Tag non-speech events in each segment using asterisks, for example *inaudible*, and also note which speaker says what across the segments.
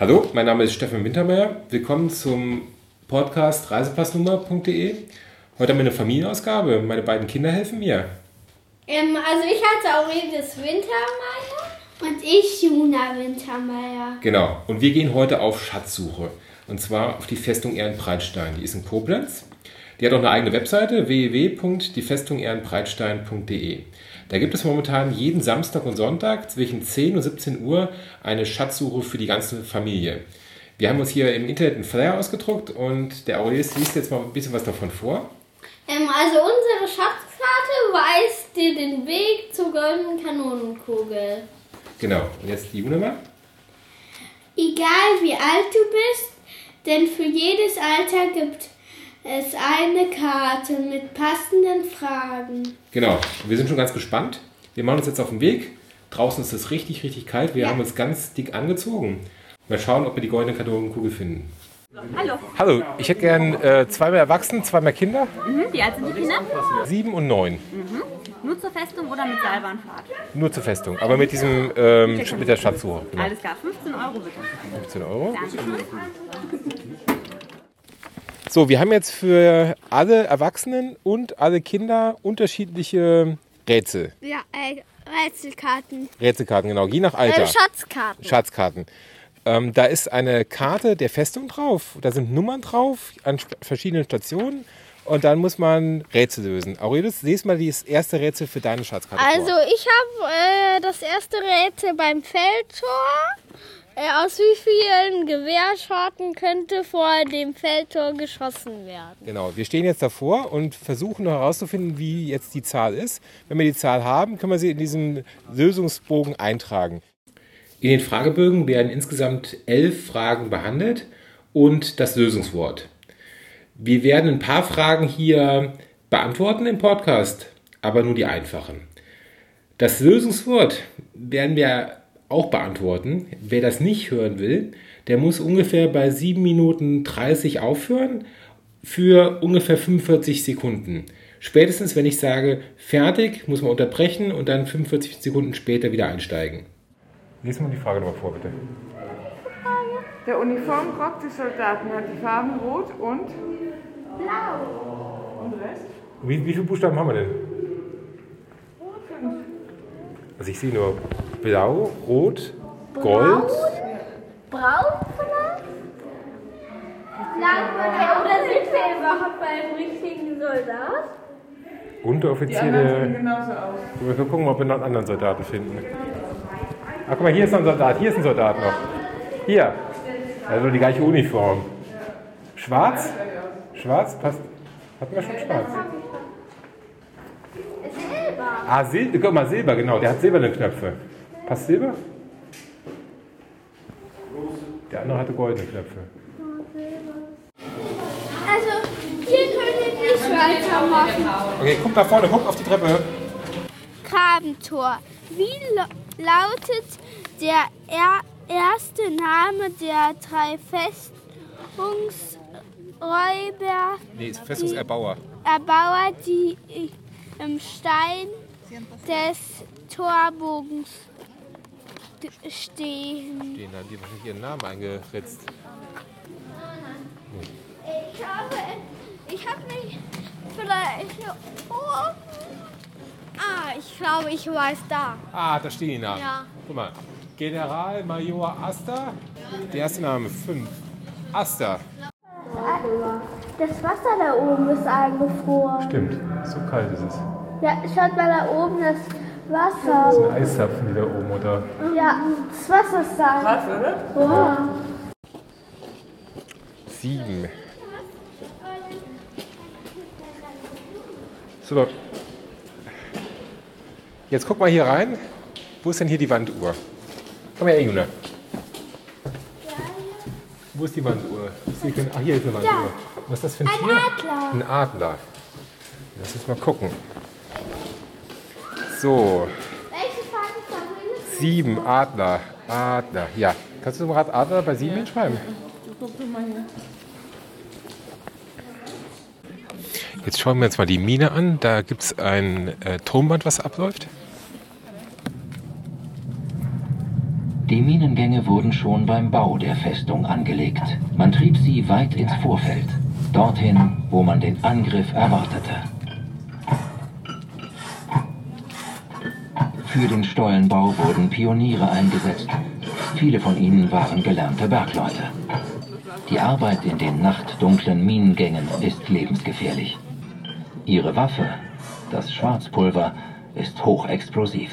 Speaker 1: Hallo, mein Name ist Steffen Wintermeyer. Willkommen zum Podcast reisepassnummer.de. Heute haben wir eine Familienausgabe. Meine beiden Kinder helfen mir.
Speaker 2: Ähm, also ich heiße Aurelius Wintermeier und ich Juna Wintermeier.
Speaker 1: Genau. Und wir gehen heute auf Schatzsuche. Und zwar auf die Festung Ehrenbreitstein. Die ist in Koblenz. Die hat auch eine eigene Webseite www.diefestungehrenbreitstein.de. Da gibt es momentan jeden Samstag und Sonntag zwischen 10 und 17 Uhr eine Schatzsuche für die ganze Familie. Wir haben uns hier im Internet einen Flyer ausgedruckt und der Aurelius liest jetzt mal ein bisschen was davon vor.
Speaker 2: Ähm, also unsere Schatzkarte weist dir den Weg zur goldenen Kanonenkugel.
Speaker 1: Genau. Und jetzt die Juna mal.
Speaker 2: Egal wie alt du bist, denn für jedes Alter gibt es eine Karte mit passenden Fragen.
Speaker 1: Genau, wir sind schon ganz gespannt. Wir machen uns jetzt auf den Weg. Draußen ist es richtig, richtig kalt. Wir haben uns ganz dick angezogen. Mal schauen, ob wir die goldene Kanonenkugel finden.
Speaker 3: Hallo,
Speaker 1: Hallo, ich hätte gern äh, zwei mehr Erwachsene, zwei mehr Kinder.
Speaker 3: wie alt sind die Kinder?
Speaker 1: Sieben und neun.
Speaker 3: Nur zur Festung oder mit Seilbahnfahrt?
Speaker 1: Nur zur Festung. Aber mit diesem ähm, mit der Schatzsuche. Genau.
Speaker 3: Alles klar, 15 Euro bitte.
Speaker 1: 15 Euro.
Speaker 3: Dankeschön.
Speaker 1: So, wir haben jetzt für alle Erwachsenen und alle Kinder unterschiedliche Rätsel.
Speaker 4: Ja, äh, Rätselkarten.
Speaker 1: Rätselkarten, genau, je nach Alter.
Speaker 4: Äh, Schatzkarten.
Speaker 1: Schatzkarten. Ähm, da ist eine Karte der Festung drauf. Da sind Nummern drauf an sp- verschiedenen Stationen. Und dann muss man Rätsel lösen. Aurelius, lese mal das erste Rätsel für deine Schatzkarte.
Speaker 4: also
Speaker 1: vor.
Speaker 4: ich habe äh, das erste Rätsel beim Feldtor. Äh, aus wie vielen Gewehrscharten könnte vor dem Feldtor geschossen werden?
Speaker 1: Genau, wir stehen jetzt davor und versuchen noch herauszufinden, wie jetzt die Zahl ist. Wenn wir die Zahl haben, können wir sie in diesen Lösungsbogen eintragen. In den Fragebögen werden insgesamt elf Fragen behandelt und das Lösungswort. Wir werden ein paar Fragen hier beantworten im Podcast, aber nur die einfachen. Das Lösungswort werden wir auch beantworten. Wer das nicht hören will, der muss ungefähr bei 7 Minuten 30 aufhören für ungefähr 45 Sekunden. Spätestens, wenn ich sage, fertig, muss man unterbrechen und dann 45 Sekunden später wieder einsteigen. Lies mal die Frage nochmal vor, bitte.
Speaker 5: Der Uniformrock des Soldaten hat die Farben Rot und
Speaker 1: Wie, wie viele Buchstaben haben wir denn? Also ich sehe nur blau, rot, gold.
Speaker 2: Braun vielleicht? Nein, oder sind wir überhaupt beim richtigen Soldat?
Speaker 5: die anderen
Speaker 1: Unteroffiziere.
Speaker 5: sehen genauso aus.
Speaker 1: Wir können gucken, ob wir noch einen anderen Soldaten finden. Ach, guck mal, hier ist noch ein Soldat. Hier ist ein Soldat noch. Hier. Also die gleiche Uniform. Schwarz? Schwarz passt. Hatten wir schon schwarz?
Speaker 2: Silber.
Speaker 1: Ah, Sil guck mal, Silber, genau. Der hat silberne Knöpfe. Passt Silber? Der andere hatte goldene Knöpfe.
Speaker 2: Also, hier können wir nicht weitermachen.
Speaker 1: Okay, guck da vorne, guck auf die Treppe.
Speaker 4: Grabentor. Wie la- lautet der er erste Name der drei Festungsräuber?
Speaker 1: Nee, ist Festungserbauer.
Speaker 4: Erbauer, die im Stein des Torbogens d- stehen.
Speaker 1: Den haben die wahrscheinlich ihren Namen eingeritzt.
Speaker 4: Ich habe, ich habe mich vielleicht Ah, ich glaube, ich weiß da.
Speaker 1: Ah, da stehen die Namen.
Speaker 4: Ja.
Speaker 1: Guck mal. General Major Asta. Der erste Name 5. Asta.
Speaker 2: Das Wasser da oben ist eingefroren.
Speaker 1: Stimmt, so kalt ist es.
Speaker 2: Ja, schaut mal da oben das Wasser.
Speaker 1: Ein Eiszapfen, die da oben oder.
Speaker 2: Ja, das Wasser ist da.
Speaker 5: Was, oder?
Speaker 2: Wow.
Speaker 1: Sieben. So. Jetzt guck mal hier rein. Wo ist denn hier die Wanduhr? Komm her, Juna. Wo ist die Wanduhr? Ist die- Ach, hier ist eine Wanduhr. Was ist das für ein, Tier?
Speaker 2: Adler.
Speaker 1: Ein Adler. Lass uns mal gucken. So,
Speaker 2: Welche Farbe ist
Speaker 1: sieben Adler. Adler, ja. Kannst du so gerade Adler bei sieben hinschreiben?
Speaker 5: Guck mal hier.
Speaker 1: Jetzt schauen wir uns mal die Mine an. Da gibt es ein äh, Tonband, was abläuft.
Speaker 6: Die Minengänge wurden schon beim Bau der Festung angelegt. Man trieb sie weit ins Vorfeld, dorthin, wo man den Angriff erwartete. Für den Stollenbau wurden Pioniere eingesetzt. Viele von ihnen waren gelernte Bergleute. Die Arbeit in den nachtdunklen Minengängen ist lebensgefährlich. Ihre Waffe, das Schwarzpulver, ist hochexplosiv.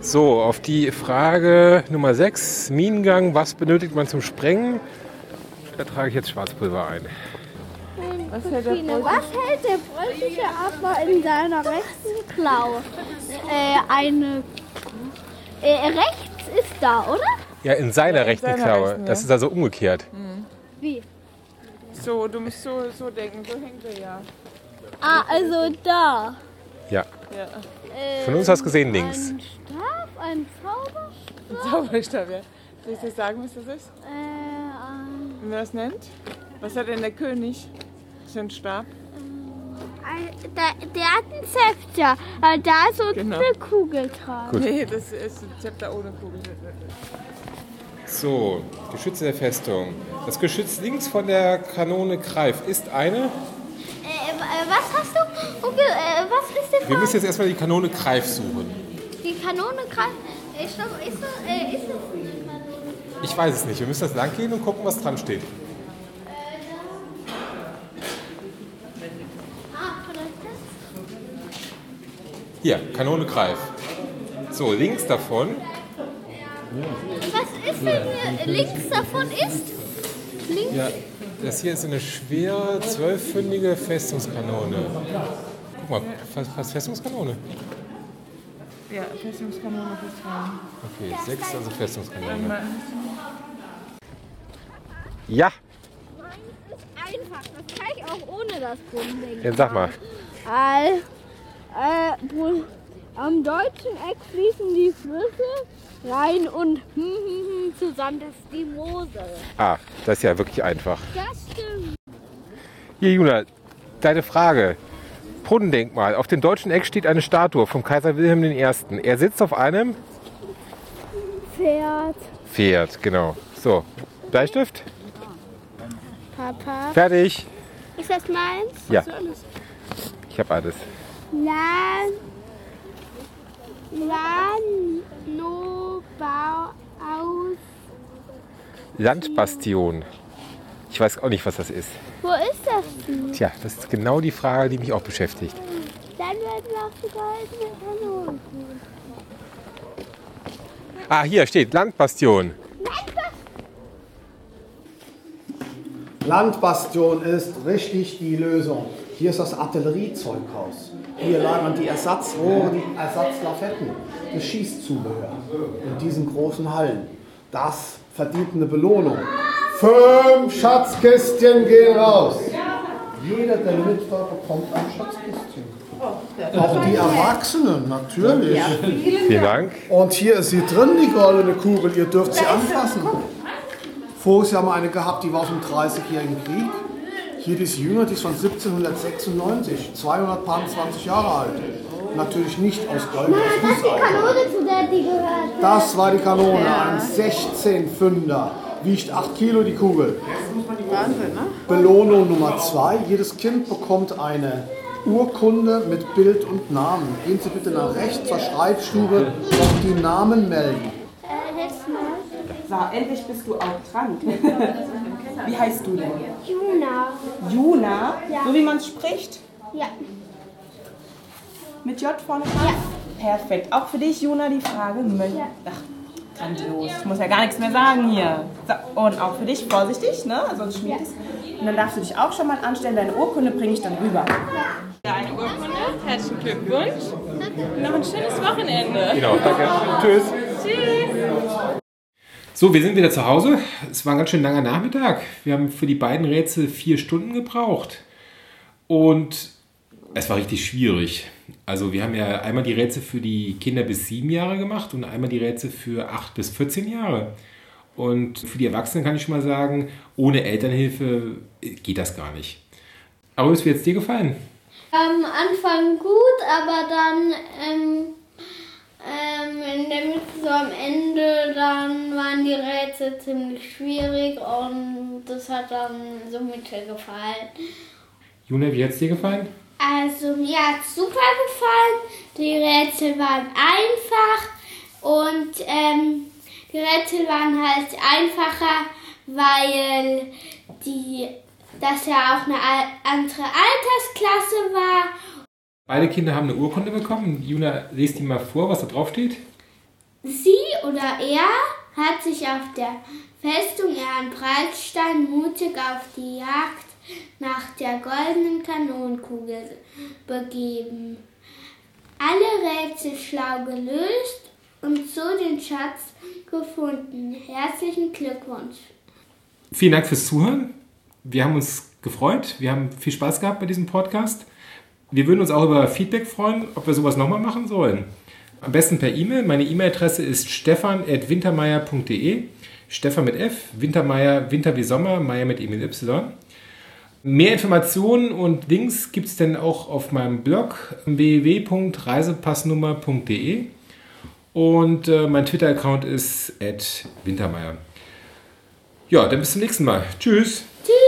Speaker 1: So, auf die Frage Nummer 6, Minengang, was benötigt man zum Sprengen? Da trage ich jetzt Schwarzpulver ein.
Speaker 5: Was hält der Preuß?
Speaker 4: Was hält der preußische Adler in seiner rechten Klaue? Äh, eine. Äh, rechts ist da, oder?
Speaker 1: Ja, in seiner rechten
Speaker 5: seiner
Speaker 1: Klaue.
Speaker 5: rechten,
Speaker 1: Das
Speaker 5: ja.
Speaker 1: ist also umgekehrt.
Speaker 5: So, du musst so, so denken, so hängt er *laughs* ja.
Speaker 4: Ah, also da. Äh,
Speaker 1: Ja.
Speaker 5: Ja,
Speaker 1: Von uns hast du gesehen links.
Speaker 4: Ein Stab, ein Zauber?
Speaker 5: ein Zauberstab, ja. Soll ich dir sagen, was das ist?
Speaker 4: Äh, ein,
Speaker 5: Wie man das nennt? Was hat denn der König? So ein Stab?
Speaker 4: ein, da, der hat ein Zepter, aber da ist unten
Speaker 5: Genau.
Speaker 4: eine Kugel dran.
Speaker 5: Nee, das ist ein Zepter ohne Kugel.
Speaker 1: So, Geschütze der Festung. Das Geschütz links von der Kanone Greif ist eine.
Speaker 4: Äh, äh, was hast du? umge- äh, was ist denn
Speaker 1: Wir müssen jetzt erstmal die Kanone Greif suchen.
Speaker 4: die Kanone gerade? Ich glaube, ist das, äh, ist das eine Kanone?
Speaker 1: Ich weiß es nicht. Wir müssen das lang gehen und gucken, was dran steht.
Speaker 4: Ah, vielleicht das?
Speaker 1: Hier, Kanone Greif. So, links davon.
Speaker 4: Was ist denn hier äh, links davon ist? Links?
Speaker 1: Ja, das hier ist eine schwere, zwölffündige Festungskanone. Guck mal, fast, fast Festungskanone.
Speaker 5: Ja, Festungskanone bis rein.
Speaker 1: Okay, sechs, also
Speaker 5: Dann
Speaker 1: Festungskanone.
Speaker 5: mal-
Speaker 1: Ja,
Speaker 4: Einfach, das kann ich auch ohne das Grundding.
Speaker 1: jetzt sag mal.
Speaker 4: Al, äh, wo- am deutschen Eck fließen die Flüsse rein und *laughs* hm, hm, hm, zusammen, das ist die Mosel.
Speaker 1: Ah, das ist ja wirklich einfach.
Speaker 4: Das stimmt.
Speaker 1: Hier, Juna, deine Frage. Brunnendenkmal. Auf dem deutschen Eck steht eine Statue vom Kaiser Wilhelm I. Er sitzt auf einem
Speaker 4: Pferd.
Speaker 1: Pferd, genau. So, Bleistift?
Speaker 4: Papa.
Speaker 1: Fertig.
Speaker 4: Ist das meins?
Speaker 1: Ja. Ich habe alles.
Speaker 4: Lan. Lanobau aus.
Speaker 1: Landbastion. Ich weiß auch nicht, was das ist.
Speaker 4: Wo ist das denn?
Speaker 1: Tja, das ist genau die Frage, die mich auch beschäftigt.
Speaker 4: Dann werden wir auf die goldene Kanone.
Speaker 1: Ah, hier steht Landbastion.
Speaker 7: Landbastion ist richtig die Lösung. Hier ist das Artilleriezeughaus. Hier lagern die Ersatzrohre, die Ersatzlafetten, das Schießzubehör in diesen großen Hallen. Das verdient eine Belohnung. Fünf Schatzkistchen gehen raus. Jeder, der mit war, bekommt ein Schatzkistchen. Auch die Erwachsenen, natürlich.
Speaker 1: Vielen Dank.
Speaker 7: Und hier ist sie drin, die goldene Kugel. Ihr dürft sie anfassen. Vorher haben wir eine gehabt, die war aus dem 30-jährigen Krieg. Hier die ist jünger, die ist von 1796, 220 Jahre alt. Natürlich nicht aus Gold. aus
Speaker 4: Das ist die
Speaker 7: Gusseichen.
Speaker 4: Kanone, zu der die gehört.
Speaker 7: Das war die Kanone, ein 16-Pfünder. Wiegt 8 Kilo die Kugel. Belohnung Nummer 2. Jedes Kind bekommt eine Urkunde mit Bild und Namen. Gehen Sie bitte nach rechts zur Schreibstube und die Namen melden.
Speaker 4: Äh, jetzt mal.
Speaker 8: War, endlich bist du auch dran. wie heißt du denn?
Speaker 4: Juna.
Speaker 8: Juna, so wie man es spricht.
Speaker 4: Ja.
Speaker 8: Mit J vorne dran? Perfekt. Auch für dich, Juna, die Frage. Mö- Ach, grandios. Ich muss ja gar nichts mehr sagen hier. So, und auch für dich, vorsichtig, ne? Sonst schmiert es. Und dann darfst du dich auch schon mal anstellen. Deine Urkunde bringe ich dann rüber.
Speaker 9: Deine Urkunde, herzlichen Glückwunsch. Noch ein schönes Wochenende.
Speaker 1: Genau, danke. Tschüss. So, wir sind wieder zu Hause. Es war ein ganz schön langer Nachmittag. Wir haben für die beiden Rätsel vier Stunden gebraucht. Und es war richtig schwierig. Also wir haben ja einmal die Rätsel für die Kinder bis sieben Jahre gemacht und einmal die Rätsel für acht bis 14 Jahre. Und für die Erwachsenen kann ich schon mal sagen, ohne Elternhilfe geht das gar nicht. Aber es wird jetzt dir gefallen.
Speaker 2: Am Anfang gut, aber dann ähm, ähm, in der Mitte so am Ende, dann waren die Rätsel ziemlich schwierig und das hat dann so mittel gefallen.
Speaker 1: Juna, wie hat es dir gefallen?
Speaker 2: Also mir hat super gefallen. Die Rätsel waren einfach und ähm, die Rätsel waren halt einfacher, weil die, das ja auch eine al- andere Altersklasse war.
Speaker 1: Beide Kinder haben eine Urkunde bekommen. Juna, lest die mal vor, was da drauf steht.
Speaker 2: Sie oder er hat sich auf der Festung Ehrenbreitstein mutig auf die Jagd nach der goldenen Kanonenkugel begeben. Alle Rätsel schlau gelöst und so den Schatz gefunden. Herzlichen Glückwunsch.
Speaker 1: Vielen Dank fürs Zuhören. Wir haben uns gefreut. Wir haben viel Spaß gehabt bei diesem Podcast. Wir würden uns auch über Feedback freuen, ob wir sowas nochmal machen sollen. Am besten per E-Mail. Meine E-Mail-Adresse ist stefan.wintermeier.de. Stefan mit F, Wintermeier, Winter wie Sommer, Meier mit E mit Y. Mehr Informationen und Links gibt es dann auch auf meinem Blog www.reisepassnummer.de und äh, mein Twitter-Account ist @wintermeier. Ja, dann bis zum nächsten Mal. Tschüss.
Speaker 2: Tschüss.